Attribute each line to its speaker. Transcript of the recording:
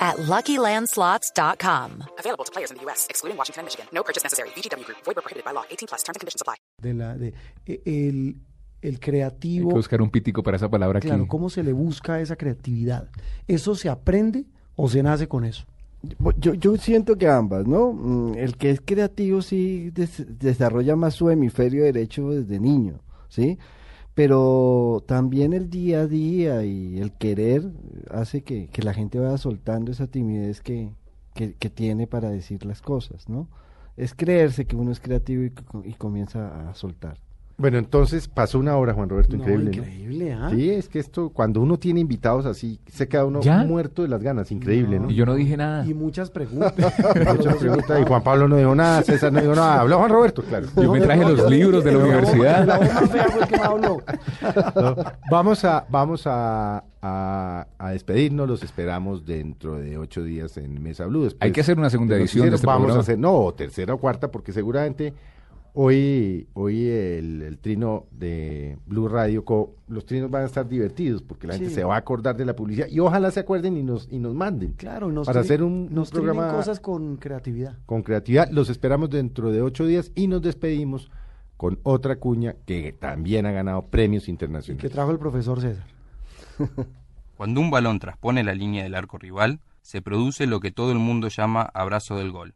Speaker 1: at LuckyLandSlots.com.
Speaker 2: Available to players in the U.S., excluding Washington and Michigan. No purchase necessary. VGW Group. Void where prohibited by law. 18 plus. Terms and conditions apply.
Speaker 3: de la de e- el, el
Speaker 4: Hay que
Speaker 3: creativo
Speaker 4: buscar un pítico para esa palabra aquí.
Speaker 3: claro cómo se le busca esa creatividad eso se aprende o se nace con eso
Speaker 5: Bu- Yo, yo siento que ambas, ¿no? Mm, El que es creativo sí des- desarrolla más su hemisferio derecho desde niño, ¿sí? Pero también el día a día y el querer eh, hace que, que la gente vaya soltando esa timidez que, que- que tiene para decir las cosas, ¿no? Es creerse que uno es creativo y, co- y comienza a soltar.
Speaker 6: Bueno, entonces pasó una hora, Juan Roberto,
Speaker 3: No,
Speaker 6: increíble. ¿no?
Speaker 3: increíble ¿ah?
Speaker 6: Sí, es que esto, cuando uno tiene invitados así, se queda uno
Speaker 4: ¿Ya?
Speaker 6: muerto de las ganas, increíble, ¿no?
Speaker 4: Y yo no dije nada.
Speaker 3: y muchas preguntas
Speaker 6: Muchas preguntas, y Juan Pablo no dijo nada, César no dijo nada, habló Juan Roberto, claro.
Speaker 4: Yo me traje los libros de la
Speaker 3: La
Speaker 4: universidad.
Speaker 3: voz más fea fue el que más habló.
Speaker 6: No, Vamos a, vamos a, a- a despedirnos, los esperamos dentro de ocho días en Mesa Blue. después
Speaker 4: Hay que hacer una segunda
Speaker 6: de los
Speaker 4: edición de
Speaker 6: noticieros.
Speaker 4: este
Speaker 6: Vamos
Speaker 4: programa.
Speaker 6: a hacer, no, o tercera o cuarta, porque seguramente hoy, hoy el, el trino de Blue Radio, Co- los trinos van a estar divertidos, porque la gente
Speaker 3: Sí.
Speaker 6: se va a acordar de la publicidad y ojalá se acuerden y nos, y nos manden.
Speaker 3: claro nos
Speaker 6: para
Speaker 3: tri-
Speaker 6: hacer un, un
Speaker 3: nos tienen
Speaker 6: programa
Speaker 3: cosas con creatividad
Speaker 6: con creatividad. Los esperamos dentro de ocho días y nos despedimos con otra cuña que también ha ganado premios
Speaker 3: y que
Speaker 6: internacionales.
Speaker 3: trajo el profesor César
Speaker 7: Cuando un balón transpone la línea del arco rival, se produce lo que todo el mundo llama abrazo del gol.